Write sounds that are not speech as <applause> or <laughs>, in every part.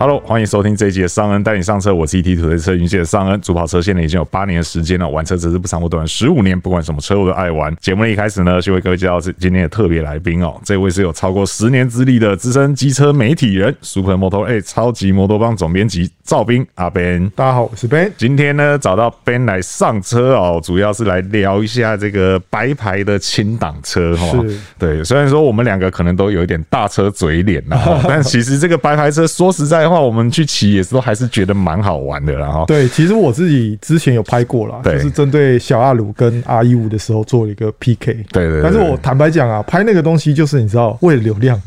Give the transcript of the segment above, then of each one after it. Hello，欢迎收听这一集的尚恩带你上车，我是 ET 土雷车云界的尚恩，主跑车现在已经有八年的时间了，玩车只是不长不短，十五年，不管什么车我都爱玩。节目的一开始呢，先为各位介绍是今天的特别来宾哦，这位是有超过十年资历的资深机车媒体人，Super Motor A 超级摩托帮总编辑赵斌阿 Ben。大家好，我是 Ben。今天呢，找到 Ben 来上车哦，主要是来聊一下这个白牌的轻档车哈、哦是。对，虽然说我们两个可能都有一点大车嘴脸啦，哈但其实这个白牌车说实在话，我们去骑也是都还是觉得蛮好玩的啦哦哈。对，其实我自己之前有拍过啦，对就是针对小阿鲁跟 R 一五的时候做了一个 PK。对对对但是我坦白讲啊，拍那个东西就是你知道，为了流量，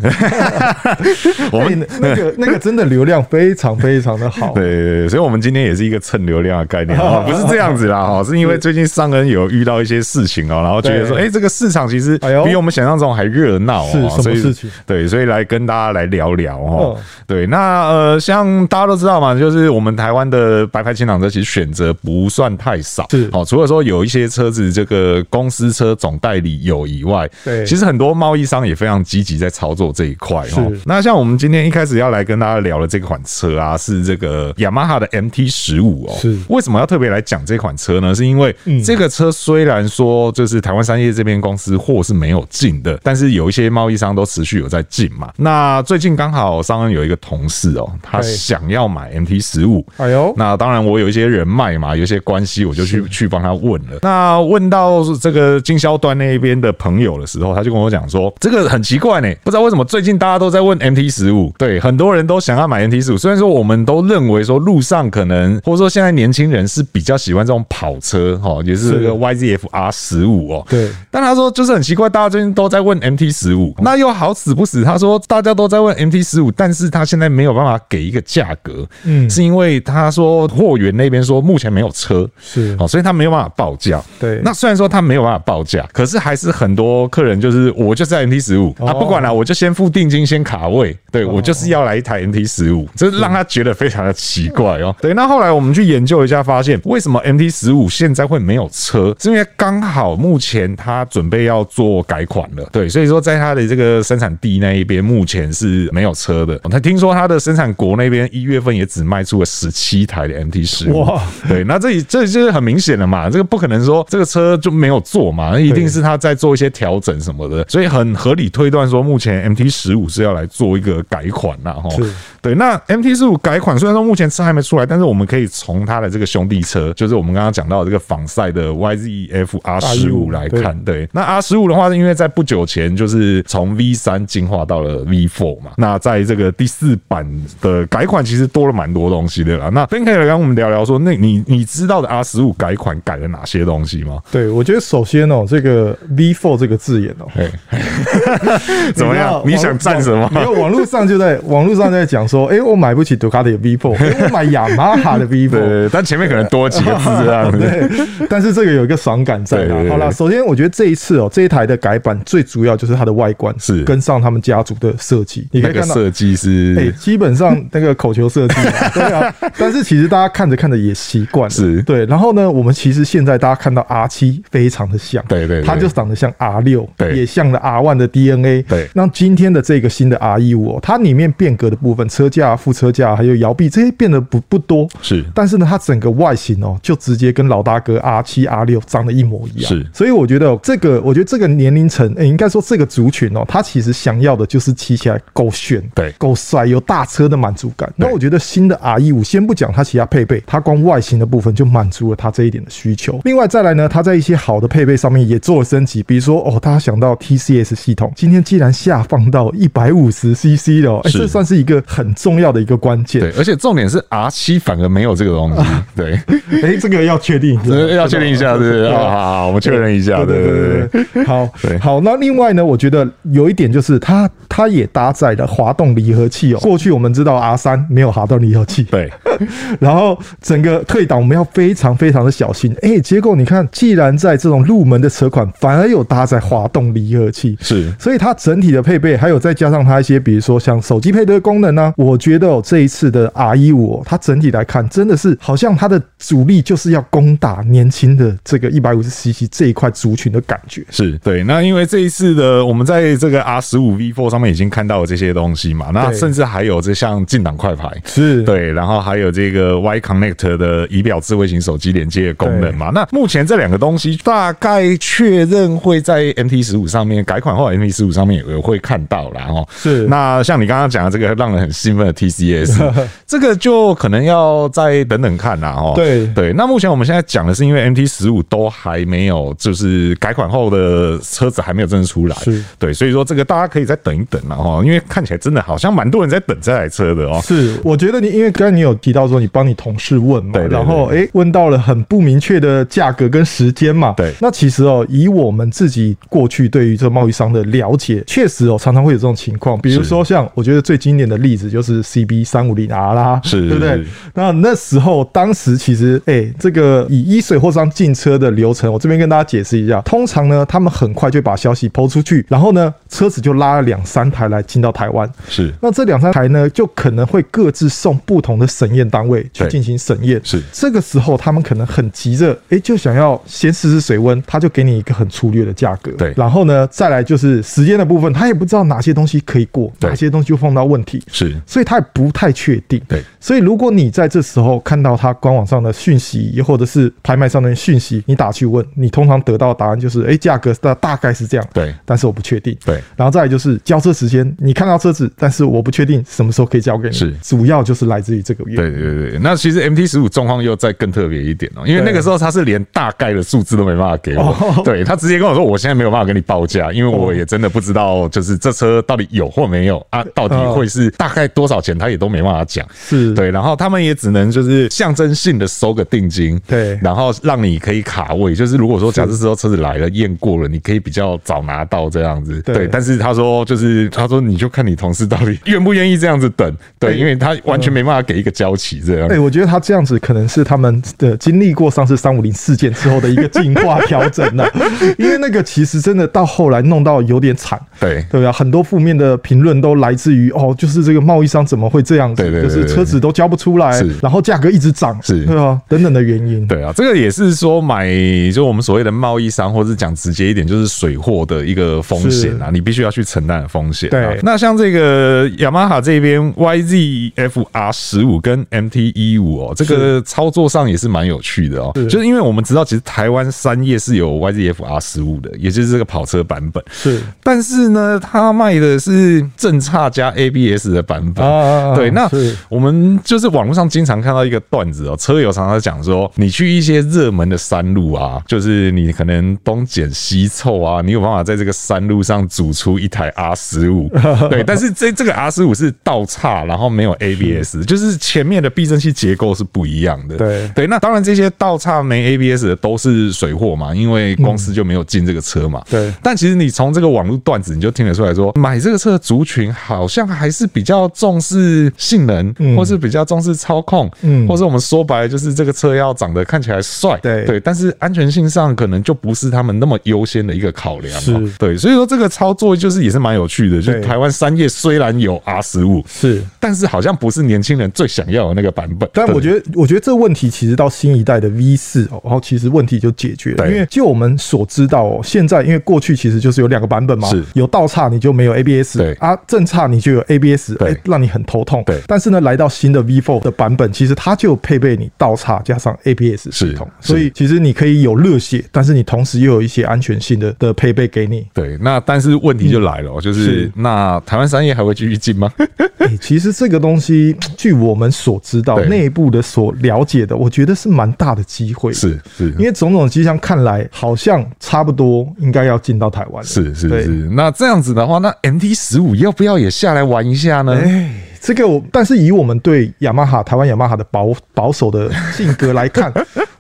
<laughs> 我 <laughs> 哎们。那个那个真的流量非常非常的好。 <laughs> 对对对，所以我们今天也是一个蹭流量的概 <laughs> 念啊，不是这样子啦哈，是因为最近上恩有遇到一些事情哦，然后觉得说，对哎，这个市场其实哎呦比我们想象中还热闹哦，是什么所以事情对，所以来跟大家来聊聊哦嗯。对，那呃，像大家都知道嘛，就是我们台湾的白牌清朗车其实选择不算太少，是哦，除了说有一些车子这个公司车总代理有以外，对其实很多贸易商也非常积极在操作这一块哦是。那像我们今天一开始要来跟大家聊的这款车啊，是这个雅马哈的 MT 十五哦。是为什么要特别来讲这款车呢？是因为嗯这个车虽然说就是台湾商业这边公司货是没有进的，但是有一些贸易商都持续有在进嘛。那最近刚好商恩有一个同事哦，他对想要买 MT 十五，哎呦，那当然，我有一些人脉嘛，有一些关系，我就去去帮他问了。那问到这个经销端那边的朋友的时候，他就跟我讲说，这个很奇怪呢、不知道为什么最近大家都在问 MT 十五，对，很多人都想要买 MT 十五。虽然说我们都认为说路上可能，或者说现在年轻人是比较喜欢这种跑车哦，也是这个是 YZF R 十五哦，对，但他说就是很奇怪，大家最近都在问 MT 十五，那又好死不死，他说大家都在问 MT 十五，但是他现在没有办法给一个价格，嗯是因为他说货源那边说目前没有车，是哦，所以他没有办法报价。对那虽然说他没有办法报价，可是还是很多客人就是我就是在 MT 十五啊，哦不管了，我就先付定金，先卡位，对我就是要来一台 MT 十五，这让他觉得非常的奇怪哦。对，那后来我们去研究一下，发现为什么 MT 十五现在会没有车，是因为刚好目前他准备要做改款了，对，所以说在他的这个生产地那一边目前是没有车的。他听说他的生产国那边一月份也只卖出了十七台的 MT 十五，哇 <laughs> 对，那这里这就是很明显的嘛，这个不可能说这个车就没有做嘛，那一定是他在做一些调整什么的，所以很合理推断说，目前 MT 十五是要来做一个改款啦，哈是。对，那 MT 十五改款虽然说目前车还没出来，但是我们可以从它的这个兄弟车，就是我们刚刚讲到的这个仿赛的 YZF R 十五 R15 来看，对，那 R 十五的话，是因为在不久前就是从 V 三进化到了 V four 嘛，那在这个第四版的改款其实多了蛮多东西的啦。那 Ben 可以来跟我们聊聊说，那你你知道的 R 十五改款改了哪些东西吗？对，我觉得首先哦，这个 V4 这个字眼哦，哎， <laughs> 怎么样？知你道想占什么网？没有，网络上就在网络上就在讲说，哎，我买不起杜卡迪的 V4，诶我买雅马哈的 <laughs> V4，对对对，但前面可能多几个字这 <laughs> 样子。 <laughs> 对，但是这个有一个爽感在对对啦。对好啦，首先我觉得这一次哦、这一台的改版最主要就是它的外观是跟上他们家族的设计，你可那以个看到。设计哎、是基本上那个口球设计 <laughs> 嘛，对啊，但是其实大家看着看着也习惯了，是对。然后呢，我们其实现在大家看到 R 七非常的像，对对对它就长得像 R 六，对也像了 R one 的 DNA，对那今天的这个新的 R 一五哦，它里面变革的部分，车架、副车架还有摇臂这些变得不不多，是但是呢，它整个外形哦，就直接跟老大哥 R 七、R 六长得一模一样。是所以我觉得哦这个，我觉得这个年龄层，诶应该说这个族群哦，他其实想要的就是骑起来够炫、对够帅，有大车的满足感。那对我觉得新的 R 一五，先不讲它其他配备，它光外形的部分就满足了它这一点的需求。另外再来呢，它在一些好的配备上面也做了升级，比如说哦，大家想到 TCS 系统，今天既然下放到一百五十 CC 了、哦，哎，是这算是一个很重要的一个关键。对，而且重点是 R 七反而没有这个东西， <laughs> 对， <laughs> 哎、这个要确定一下，这要确定一下，对不对？对啊好好好，我们确认一下，对对对对对对。对对，好对好。那另外呢，我觉得有一点就是它它也搭载了滑动离合器哦。过去我们知道 R 三没有滑动离合器，对，然后整个退档我们要非常非常的小心。哎、结果你看，既然在这种入门的车款反而有搭载滑动离合器，是所以它啊整体的配备，还有再加上它一些，比如说像手机配对功能呢、我觉得、哦、这一次的 R 1一五、哦，它整体来看真的是好像它的主力就是要攻打年轻的这个一百五十 cc 这一块族群的感觉。是对，那因为这一次的我们在这个 R 十五 V Four 上面已经看到了这些东西嘛，那对甚至还有这像进档快排，是，对，然后还有这个 Y Connect 的仪表智慧型手机连接的功能嘛。那目前这两个东西大概确认会在 MT 十五上面改款后的 MT 十五上面也会看到啦哦。是那像你刚刚讲的这个让人很兴奋的 <laughs> TCS，这个就可能要再等等看啦哦。对对，那目前我们现在讲的是因为 MT 十五都还没有，就是改款后的车子还没有正式出来，是对，所以说这个大家可以再等一等啦哦，因为看起来真的好像蛮多人在等这台车的哦。是，我觉得你因为刚才你有提到说你帮你同事问嘛，对对对然后诶问到了很不明确的价格跟时间嘛，对那其实哦，以我们自己过去对于这贸易商的了解，确实哦常常会有这种情况，比如是说像我觉得最经典的例子就是 CB 三五零 R 啦，是对不对是？那那时候当时其实诶这个以一水货商进车的流程，我这边跟大家解释一下，通常呢他们很快就把消息抛出去，然后呢车子就拉了两三台来进到台湾，是那这两三台呢，就可能会各自送不同的审验单位去对进行审验。是这个时候他们可能很急着，诶，就想要先试试水温，他就给你一个很粗略的价格。对然后呢，再来就是时间的部分，他也不知道哪些东西可以过，对哪些东西会碰到问题。是，所以他也不太确定，对所以如果你在这时候看到他官网上的讯息，或者是拍卖上的讯息，你打去问，你通常得到的答案就是，诶，价格大大概是这样，对但是我不确定，对然后再来就是交车时间，你看到车子，但是我不确定什么时候可以交给你，是主要就是来自于这个原因。对对对。那其实 MT 十五状况又再更特别一点哦、因为那个时候他是连大概的数字都没办法给哦我， <laughs> 对他直接跟我说，我现在没有办法跟你报价，因为我也真的不知道，就是这车到底有或没有啊，到底会是大概多少钱，他也都没办法讲。是对，然后他们也只能就是象征性的收个定金，对然后让你可以卡位，就是如果说假设之后车子来了验过了，你可以比较早拿到这样子，对对。但是他说就是他说你就看你同事到底 <laughs> 愿不愿意这样子等，对，对嗯因为他完全没办法给一个交期这样哎、。我觉得他这样子可能是他们的经历过上次三五零事件之后的一个进化调整 <laughs> 了、因为那个其实真的到后来弄到有点惨，对对吧？很多负面的评论都来自于哦，就是这个贸易商怎么会这样子，对对对就对是对车子都交不出来是，然后价格一直涨，是对吧？等等的原因，对啊，这个也是说买，就我们所谓的贸易商，或是讲直接一点，就是水货的一个风险啊，你必须要去承担的风险、啊。对那像这个雅马哈这边 YZFR 十五跟 MT 一五哦，这个操作上也是蛮有趣的哦，是就是因为我们知道，其实台湾三叶是有 YZFR 十五的，也就是这个跑车版本，是但是呢，它卖的是正差加 ABS 的版本。啊对，那是我们就是网络上经常看到一个段子哦，车友常常讲说，你去一些热门的山路啊，就是你可能东捡西凑啊，你有办法在这个山路上组出一台 R 十五， <laughs> 对，但是这这个 R 十五是倒叉，然后没有 ABS，就是前面的避震器结构是不一样的，对对，那当然这些倒叉没 ABS 的都是水货嘛，因为公司就没有进这个车嘛，嗯对但其实你从这个网络段子，你就听得出来说，买这个车的族群好像还是比较重视性能，嗯或是比较重视操控，嗯或是我们说白了就是这个车要长得看起来帅，对对，但是安全性上可能就不是他们那么优先的一个考量、哦是，对，所以说这个操作就是也是蛮有趣的，就是对台湾三叶虽然有 R 十五，是。但是好像不是年轻人最想要的那个版本，但对我觉得，我觉得这问题其实到新一代的 V 四哦，然后其实问题就解决了，对因为就我们所知道哦，现在因为过去其实就是有两个版本嘛是，有倒叉你就没有 ABS，对啊，正叉你就有 ABS，对哎让你很头痛，对但是呢，来到新的 V four 的版本，其实它就配备你倒叉加上 ABS 系统，是所以其实你可以有热血，但是你同时又有一些安全性的的配备 <laughs> 给你，对，那但是问题就来了哦，就是是那台湾三叶还会继续进 <laughs> 吗？欸其实这个东西，据我们所知道对内部的所了解的，我觉得是蛮大的机会。是是，因为种种迹象看来，好像差不多应该要进到台湾了。是是对是，那这样子的话，那 MT 十五要不要也下来玩一下呢？哎， <laughs> 这个我，但是以我们对雅马哈台湾雅马哈的保保守的性格来看，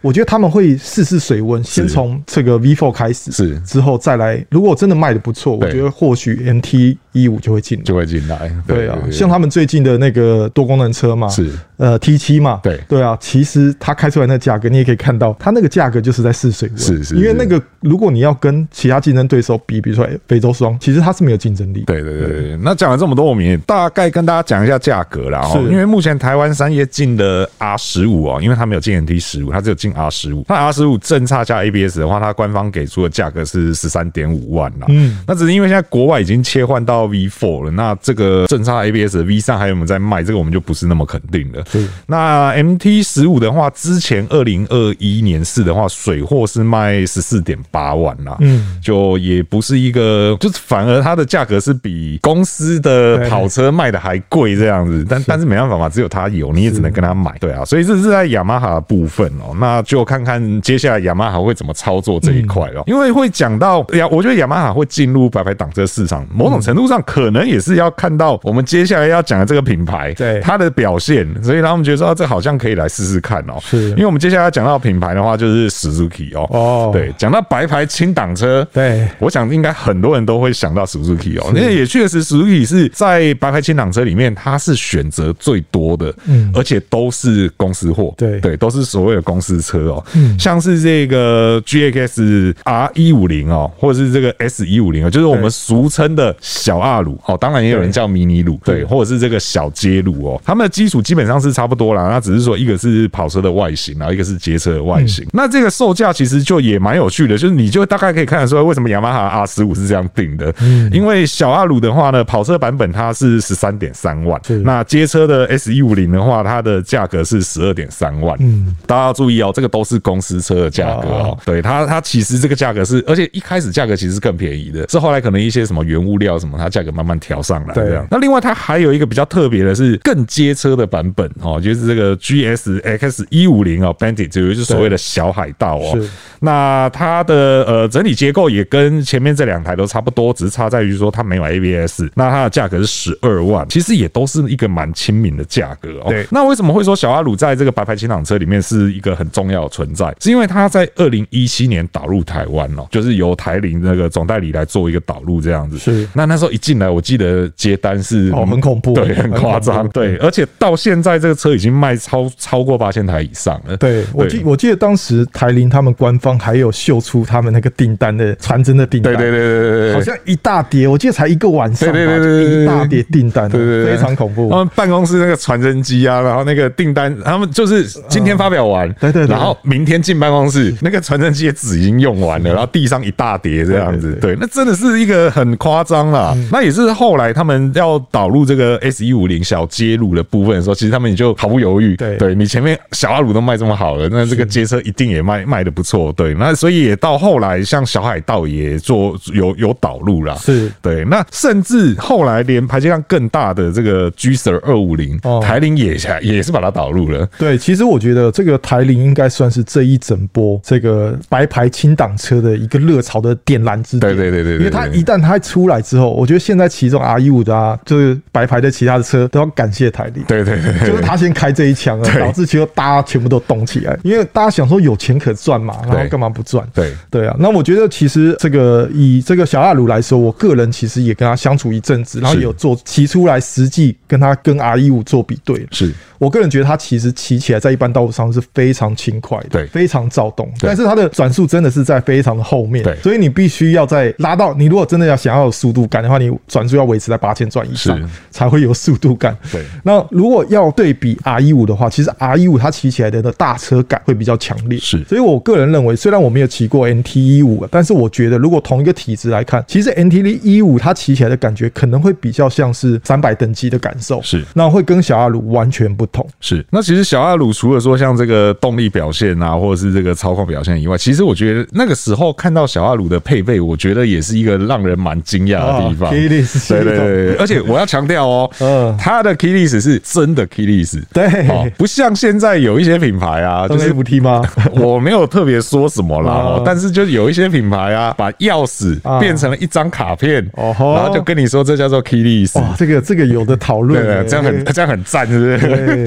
我觉得他们会试试水温，先从这个 V4 开始，是之后再来。如果真的卖的不错，我对觉得或许 MT 一五就会进来。就会进来。对啊，像他们最近的那个多功能车嘛，是呃 T 七嘛，对对啊，其实它开出来那价格，你也可以看到，它那个价格就是在试水温，是是因为是那个如果你要跟其他竞争对手比，比如说哎非洲双，其实它是没有竞争力，对对对对对，那讲了这么多，我们也大概跟大家讲一下价格啦。哦，是因为目前台湾三叶进的 R 十五哦，因为它没有进 NT 十五，它只有进 R 十五。那 R 十五正差加 ABS 的话，它官方给出的价格是十三点五万啦。嗯，那只是因为现在国外已经切换到 V four 了，那这个正差 ABS 的 V 三还有没有在卖，这个我们就不是那么肯定了。对，那 MT 十五的话，之前二零二一年试的话，水货是卖十四点八万啦，嗯，就也不是一个，就是反而它的价格是比公司的对跑车卖的还贵这样子，但但是没办法嘛，只有它有，你也只能跟他买，对啊，所以这是在雅马哈的部分哦，那就看看接下来雅马哈会怎么操作这一块了，因为会讲到呀，我觉得雅马哈会进入白牌挡车市场，某种程度上可能也是要看到我们接下来要讲的这个品牌，对它的表现，所以他们觉得说、啊、这好像可以来试试看哦。是因为我们接下来要讲到品牌的话，就是 Suzuki 哦。哦对，讲到白牌轻档车，对我想应该很多人都会想到 Suzuki 哦，因为也确实 Suzuki 是在白牌轻档车里面，它是选择最多的，嗯而且都是公司货，对嗯对，都是所谓的公司车哦，像是这个 GX R 一五零哦，或者是这个 S 一五零哦，就是我们对俗称的小阿鲁哦，当然也有人对叫迷你鲁，对，嗯或者是这个小街鲁哦，他们的基础基本上是差不多啦，那只是说一个是跑车的外形，然啊后一个是街车的外形。那这个售价其实就也蛮有趣的，就是你就大概可以看得出来为什么雅马哈 R 十五是这样定的，因为小阿鲁的话呢，跑车版本它是十三点三万是，那街车的 S 一五零的话，它的价格是十二点三万，嗯，大家要注意哦，这个都是公司车的价格哦哦，对它，它其实这个价格是，而且一开始价格其实是更便宜的，是后来可能一些什么原物料什么，它价格慢慢调上来对这样。那另外它还有一个比较特别的是更街车的版本哦，就是这个 GS X 一五零哦，Bandit 就是所谓的小海盗哦是。那它的呃整体结构也跟前面这两台都差不多，只是差在于说它没有 ABS，那它的价格是十二万，其实也都是一个蛮亲民的价格哦。对那为什么会说小阿鲁在这个白牌清档车里面是一个很重要的存在？是因为它在二零一七年导入台湾哦，就是由台铃那个总代理来做一个导入这样子。是那那时候一进来，我记得接单是哦很恐怖对，很很夸张恐，怖对，而且到现在这个车已经卖超超过八千台以上了。对，我记我记得当时台铃他们官方还有秀出他们那个订单的传真的订单，对对对对对对，好像一大叠，我记得才一个晚上吧，对对对对对对就一大叠订单，啊对对对，非常恐怖他。们办公室那个传真机啊，然后那个订单，他们就是今天发表完，嗯对对对然后明天进办公室，那个传真机的纸已经用完了，然后地上一大叠这样子，对嗯对，那真的是一个很夸张啦。那也是后来他们要导入这个 S E 一五零小街路的部分的时候，其实他们也就毫不犹豫，对对你前面小阿鲁都卖这么好了，那这个街车一定也卖卖的不错，对，那所以也到后来像小海盗也做有有导入啦，是对，那甚至后来连排气量更大的这个 G Sir 二五零哦，台铃也下也是把它导入了。对，其实我觉得这个台铃应该算是这一整波这个白牌轻档车的一个热潮的点燃之对对点。对对对因为它一旦它出来之后，我觉得现在骑这种 R 一五的啊，就是白牌的其他的车都要感谢台铃。对对对对就是他先开这一枪了，导致其实大家全部都动起来，因为大家想说有钱可赚嘛，然对后干嘛不赚？对对啊，那我觉得其实这个以这个小阿鲁来说，我个人其实也跟他相处一阵子，然后是也有做骑出来实际跟他跟 R 一五做比对。是我个人觉得他其实骑起来在一般道路上是非常轻快的，对非常躁动，对但是他的转速真的是在非常的后面，对所以你必须要在拉到你如果真的要想要有速度感的话，你转速要维持在八千转以上是才会有速度感。对那如果要对比 R 一五的话，其实 R 一五它骑起来的那大车感会比较强烈，是所以我个人认为，虽然我没有骑过 NT 一五，但是我觉得如果同一个体质来看，其实 NT 一五它骑起来的感觉可能会比较像是三百等级的感受，是那会跟小阿鲁完全不同。是。那其实小阿鲁除了说像这个动力表现啊，或者是这个操控表现以外，其实我觉得那个时候看到小阿鲁的配备，我觉得也是一个让人蛮惊讶的啊地方。 k i l i s 对对对，对而且我要强调哦，嗯它的 keyless 是真的 keyless，对哦，不像现在有一些品牌啊，就就是是 <laughs> FT 吗？我没有特别说什么啦，啊哦但是就有一些品牌啊，把钥匙啊变成了一张卡片，哦吼然后就跟你说这叫做 keyless，哇，这个这个有的讨论对，欸，这样很这样很赞，是不是？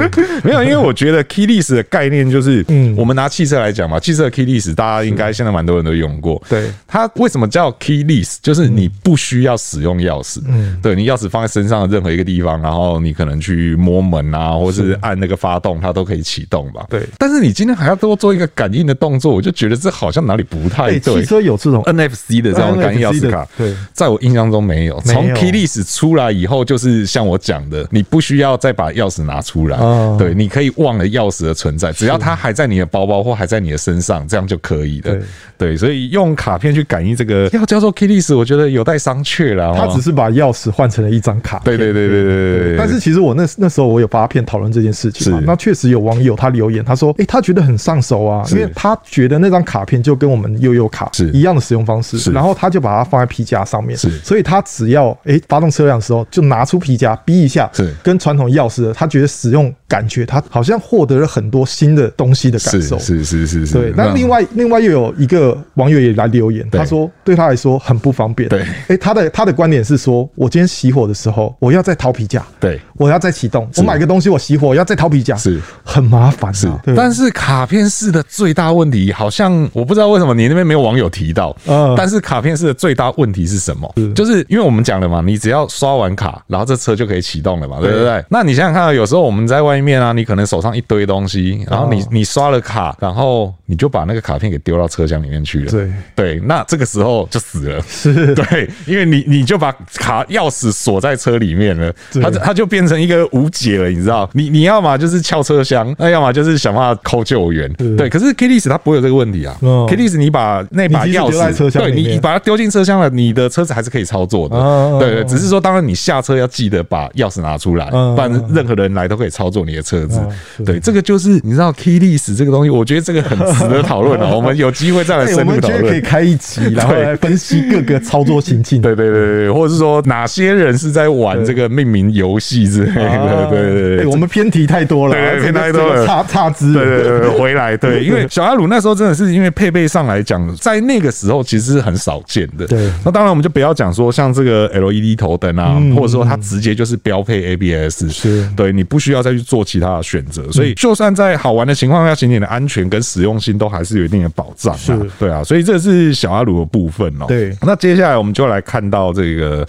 对。 <laughs> 没有，因为我觉得 keyless 的概念就是，嗯，我们拿汽车来讲嘛，汽车的 key list 大家应该现在蛮多人都用过。对它为什么叫 key list？就是你不需要使用钥匙，嗯，对你钥匙放在身上的任何一个地方，然后你可能去摸门啊，或是按那个发动，它都可以启动吧。对但是你今天还要多做一个感应的动作，我就觉得这好像哪里不太哎，对。哦汽车有这种 NFC 的这种感应钥匙卡 NFC，的对在我印象中没有。没从有 Key l i s 出来以后，就是像我讲的，你不需要再把钥匙拿出来哦，对，你可以忘了钥匙的存在，只要它还在你的包包或还在你的身上，这样就可以了对。对，所以用卡片去感应这个要叫做 Key l i s 我觉得有待商榷啦。他哦只是把钥匙换成了一张卡对对片。对对对对对，但是其实我那那时候我有发片讨论这件事情嘛是，那确实有网友他留言，他说：“诶，他觉得很上手啊，是因为他觉得那张卡片就跟我们悠悠卡是一样的使用方式是，然后他就把它放在皮夹上面是，所以他只要诶发动车辆的时候就拿出皮夹逼一下是，跟传统钥匙的，他觉得使用感觉他好像获得了很多新的东西的感是受。”是是是是。对，那另外另外又有一个网友也来留言，对他说对他来说很不方便。对哎，他的他的观点是说，我今天熄火的时候，我要再掏皮夹，对。我要再启动，我买个东西我熄火，我要再掏皮夹，是很麻烦是啊。对但是卡片式的最大问题，好像我不知道为什么你那边没有网友提到。嗯但是卡片式的最大问题是什么？就是因为我们讲了嘛，你只要刷完卡，然后这车就可以启动了嘛，对不对对？那你想想看，啊有时候我们在外面啊，你可能手上一堆东西，然后你哦你刷了卡，然后你就把那个卡片给丢到车厢里面去了。对 <laughs> 对，那这个时候就死了。是 <laughs> 对，因为你你就把卡钥匙锁在车里面了，对它它就变成一个无解了，你知道？你你要么就是撬车厢，那要么就是想办法扣救援。对，可是 k i l i s 它不会有这个问题啊。嗯 k i l i s 你把那把你即使钥丢在车匙，厢对里面你把它丢进车厢了，你的车子还是可以操作的。哦对对，只是说当然你下车要记得把钥匙拿出来，嗯不然任何人来都可以操作你的车子哦。是对，这个就是你知道 k i l i s 这个东西，我觉得这个很值得讨 <laughs> 论哦。我们有机会再来诶深哎我入们讨觉得论。可以开一集，然后来分析各个操作情境。 <laughs> 对对对对，对或者是说哪些人是在玩这个命名游戏之类啊的，对对诶对我。们偏题太多了啊，对对这个偏太多了这个差差之。对对对对，回来对， <laughs> 因为小阿鲁那时候真的是因为配备上来讲，在那个时候其实是很少见的。对那当然我们就不要讲说像这个 LED 头灯啊，或者说它直接就是标配 ABS，嗯是嗯对你不需要再去做其他的选择。所以就算在好玩的情况下，请你的安全跟实用性都还是有一定的保障、啊。是对啊，所以这是小阿鲁的部分哦。对那接下来我们就来看到这个。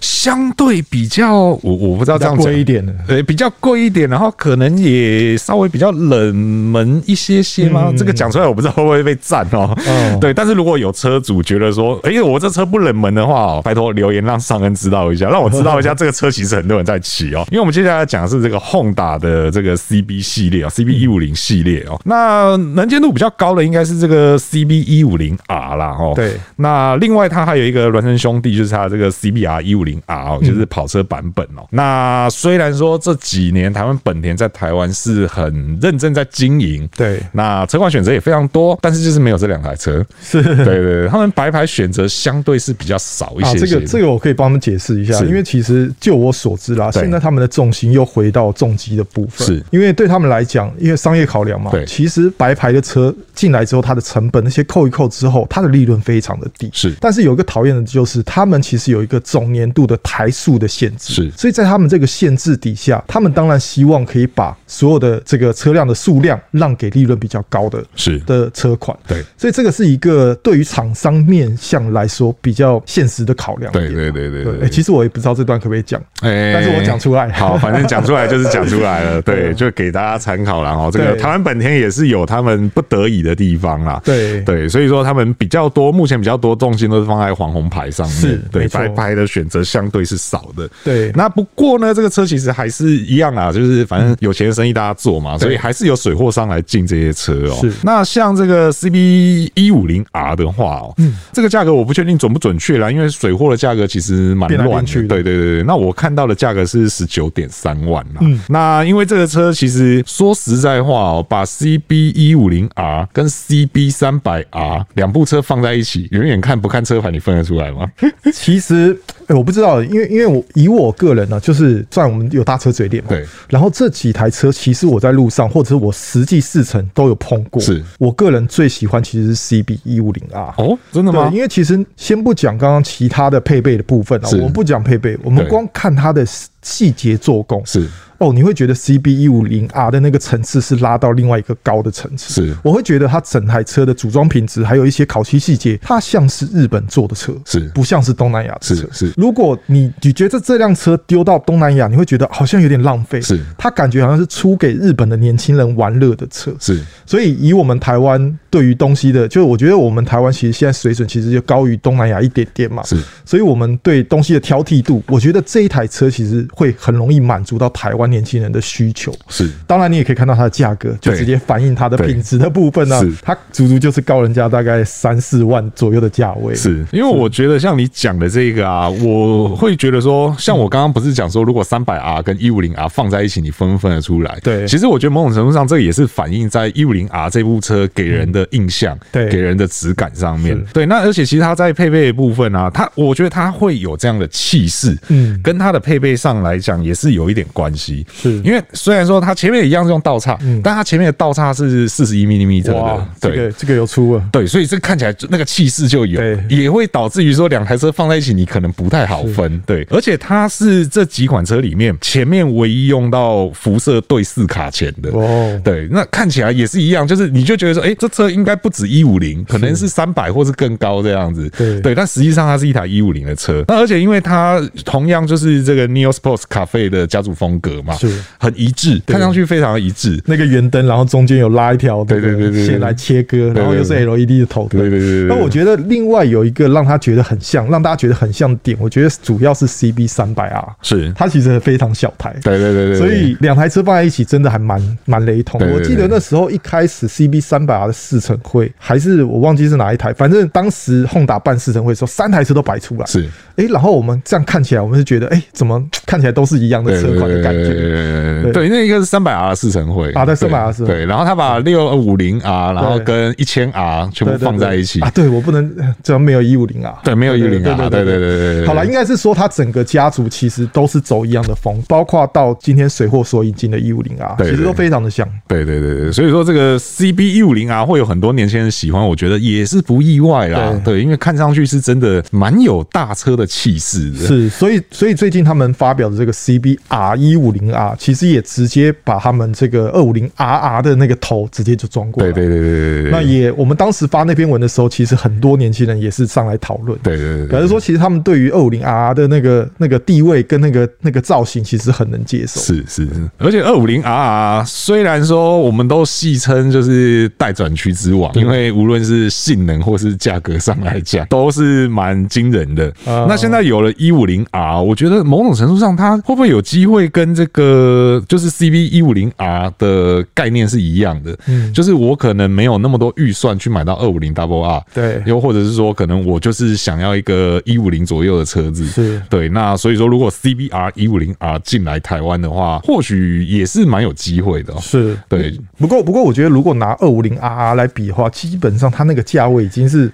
相对比较，我我不知道这样比较讲贵一点的呃，比较贵一点，然后可能也稍微比较冷门一些些吗？这个讲出来我不知道会不会被赞哦。嗯哦对，但是如果有车主觉得说，哎、我这车不冷门的话哦，拜托留言让上恩知道一下，让我知道一下这个车其实很多人在骑哦。 <laughs> 因为我们接下来讲的是这个 Honda 的这个 CB 系列哦，CB 一五零系列哦，那能见度比较高的应该是这个 CB 一五零 R 啦哦。对那另外它还有一个孪生兄弟，就是它这个 CBR 一五零 R，哦就是嗯跑车版本哦。那虽然说这几年台湾本田在台湾是很认真在经营，对那车款选择也非常多，但是就是没有这两台 <laughs> 车。是，对对对，他们白牌选择相对是比较少一啊，些些这的。个这个我可以帮他们解释一下，是因为其实就我所知啦，对现在他们的重心又回到重机的部分，是因为对他们来讲，因为商业考量嘛对，其实白牌的车进来之后，它的成本那些扣一扣之后，它的利润非常的低。是但是有一个讨厌的就是，他们其实有一个总年度的台数的限制，是所以在他们这个限制底下，他们当然希望可以把所有的这个车辆的数量让给利润比较高的是的车款，对所以这个是一个对于厂商面向来说比较现实的考量对点对啊。对对对哎、其实我也不知道这段可不可以讲，哎但是我讲出来好，反正讲出来就是讲出来了， <laughs> 对，就给大家参考啦。哦，这个对台湾本田也是有他们不得已的地方啦。对对，所以说他们比较多，目前比较多重心都是放在黄红牌上面，是对没错白牌的选择相对是少的。对那不过呢，这个车其实还是一样啊，就是反嗯正有钱的生意大家做嘛，所以还是有水货商来进这些车哦。是那像这个 CB 一五零 R 的话哦，嗯这个价格我不确定准不准确啦，因为水货的价格其实蛮变来乱变的，去的对对对对，那我看到的价格是十九点三万啦。嗯那因为这个车其实说实在话哦，把 CB 一五零 R 跟 CB 三百 R 两部车放在一起，远远看不看车牌，你分得出来 <laughs> 吗？其实、哎我不知道，因为因为我以我个人呢、就是算我们有搭车嘴脸嘛，对。然后这几台车，其实我在路上或者是我实际试乘都有碰过。是我个人最喜欢其实是 CB 一五零 R。哦，真的吗对，？因为其实先不讲刚刚其他的配备的部分啊是，我们不讲配备，我们对光看它的细节做工，是哦，你会觉得 CB 一五零 R 的那个层次是拉到另外一个高的层次。是我会觉得它整台车的组装品质，还有一些烤漆细节，它像是日本做的车，是不像是东南亚的车是？是如果你你觉得这辆车丢到东南亚，你会觉得好像有点浪费，是它感觉好像是出给日本的年轻人玩乐的车，是所以以我们台湾对于东西的，就是我觉得我们台湾其实现在水准其实就高于东南亚一点点嘛，是所以我们对东西的挑剔度，我觉得这一台车其实会很容易满足到台湾年轻人的需求。是当然，你也可以看到它的价格，就对直接反映它的对品质的部分呢、啊是它足足就是高人家大概三四万左右的价位。是，因为我觉得像你讲的这个啊，我会觉得说，像我刚刚不是讲说，如果三百 R 跟一五零 R 放在一起，你分不分得出来？对其实我觉得某种程度上，这也是反映在一五零 R 这部车给人的印象，嗯对给人的质感上面是。对，那而且其实它在配备的部分啊，它我觉得它会有这样的气势，嗯跟它的配备上来讲也是有一点关系。是嗯因为虽然说它前面一样是用倒叉，但它前面的倒叉是四十一 m m 哇的，，这对个这个有出啊，对，所以这看起来就那个气势就有对，也会导致于说两台车放在一起，你可能不太好分。对，而且它是这几款车里面前面唯一用到辐射对视卡钳的。哦对，那看起来也是一样，就是你就觉得说，哎、这车应该不止一五零，可能是三百或是更高这样子。对对，但实际上它是一台一五零的车。那而且因为它同样就是这个 Neo Sports 咖啡的家族风格嘛，是很一致，看上去非常的一致。那个圆灯，然后中间有拉一条对对对对对线来切割，然后又是对 LED 的头灯。对对对对对那我觉得另外有一个让他觉得很像，让大家觉得很像的点，我觉得主要是 CB 三百 R，是，它其实非常小台。对对对对对，所以两台车放在一起真的还蛮蛮雷同的。对对我对记得那时候一开始 CB 三百 R 的试乘会，还是我忘记是哪一台，反正当时 Honda 办试乘会的时候，三台车都摆出来。是。诶，然后我们这样看起来，我们是觉得诶，怎么看起来都是一样的车款的感对对觉？对对对，那一个是三百 R 四乘会啊对300 R 四乘对，然后他把六五零 R，然后跟一千 R 全部对对放在一起对啊！，对，我不能，这样没有一五零啊，对，没有一零 R，对对对对对，好了，应该是说它整个家族其实都是走一样的风，包括到今天水货所引进的一五零 R，对其实都对非常的像。对对对对，所以说这个 CB 一五零 R 会有很多年轻人喜欢，我觉得也是不意外啦，对，因为看上去是真的蛮有大车的气势的，是，所以所以最近他们发表的这个 CBR 一五零 R，其实也直接把他们这个二五零 RR 的那个头直接就装过来。对对对对对对，那也，我们当时发那篇文的时候，其实很多年轻人也是上来讨论。对对对，表示说，其实他们对于二五零 RR 的那个那个地位跟那个那个造型，其实很能接受。是是是，而且二五零 R 虽然说我们都戏称就是待转区之王，因为无论是性能或是价格上来讲，都是蛮惊人的。哦那现在有了一五零 R，我觉得某种程度上它会不会有机会跟这个就是 CB 一五零 R 的概念是一样的？嗯就是我可能没有那么多预算去买到二五零 Double R，对又或者是说可能我就是想要一个一五零左右的车子，是对，那所以说，如果 CBR 一五零 R 进来台湾的话，或许也是蛮有机会的、哦。是，对，不过，不过，我觉得如果拿二五零 RR 来比的话，基本上它那个价位已 <laughs> 经是，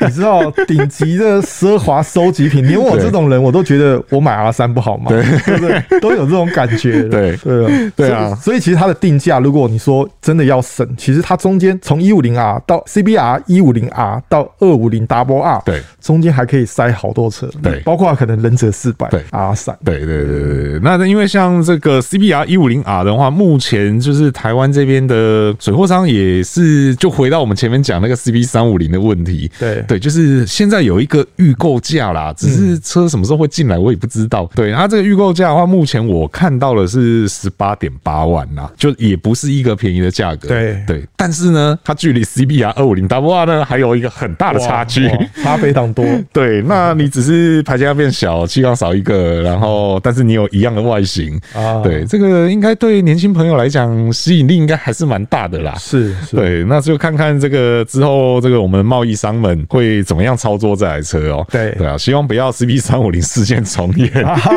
你知道顶级的奢华收集品。连我这种人，我都觉得我买 R 三不好吗？对不对？都有这种感觉。对对啊对啊所以所以其实它的定价，如果你说真的要省，其实它中间从一五零 R 到 CBR 一五零 R 到二五零 Double R，对，中间还可以塞好多车，对包括可能忍者四百对、 R 三，对对对对对，那因为像这个 CBR 一五零 R 的话，目前就是台湾这边的水货商也是，就回到我们前面讲那个 CB 三五零的问题。对嗯对，就是现在有一个预购价啦，只是车什么时候会进来我也不知道。对，它这个预购价的话，目前我看到的是十八点八万啦，就也不是一个便宜的价格。对对，但是呢，它距离 CBR 二五零 W R 呢还有一个很大的差距。哇，哇差非 <laughs> 常多。对，那你只是排气量变小，气缸少一个，然后但是你有一样的外形啊对，这个应该对年轻朋友来讲吸引力应该还是蛮大的啦。是是，对，那就看看这个之后，这个我们贸易商们会怎么样操作这台车哦。对对啊，希望不要 CB 三五零事件重 <laughs> 演，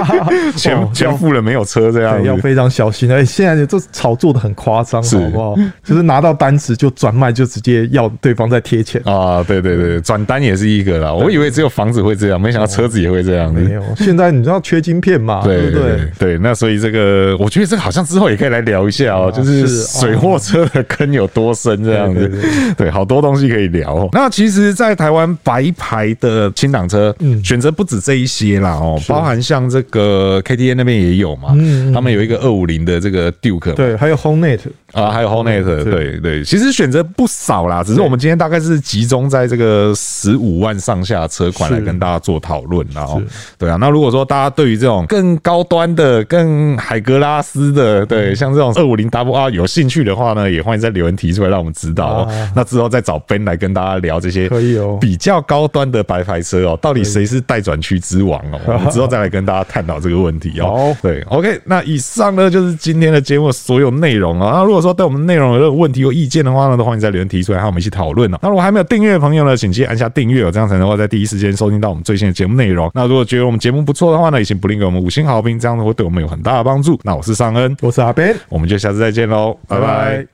哦钱钱付了没有车这样对，要子。非常小心。哎、现在这炒作的很夸张，是好不好？就是拿到单子就转卖，就直接要对方再贴钱。啊，对对对，转单也是一个啦。我以为只有房子会这样，没想到车子也会这样子。没有，现在你知道缺晶片嘛？嗯对不对对，那所以这个，我觉得这个好像之后也可以来聊一下哦，啊就是是哦水货车的坑有多深这样子对对，对，好多东西可以聊哦。那其实，在台湾白牌的清档车，嗯选择不止这一些啦哦，包含像这个个 KTA 那边也有嘛，嗯嗯他们有一个二五零的这个 Duke 嘛对，还有 Homenet，啊，还有 Hornet，是对对，其实选择不少啦，只是我们今天大概是集中在这个十五万上下车款来是跟大家做讨论啦哦，然后是对啊，那如果说大家对于这种更高端的、更海格拉斯的，对，像这种二五零 W R 有兴趣的话呢，也欢迎在留言提出来让我们知道哦啊。那之后再找 Ben 来跟大家聊这些可以哦比较高端的白牌车哦，到底谁是待转区之王 <laughs> 哦？我们之后再来跟大家探讨这个问题哦。好对，OK，那以上呢就是今天的节目的所有内容啊。那如果说对我们内容有任何问题或意见的话呢，都欢迎在留言提出来，和我们一起讨论哦。那如果还没有订阅的朋友呢，请记得按下订阅哦，这样才能够在第一时间收听到我们最新的节目内容。那如果觉得我们节目不错的话呢，也请不吝给我们五星好评，这样子会对我们有很大的帮助。那我是尚恩，我是阿 Ben，我们就下次再见喽，拜拜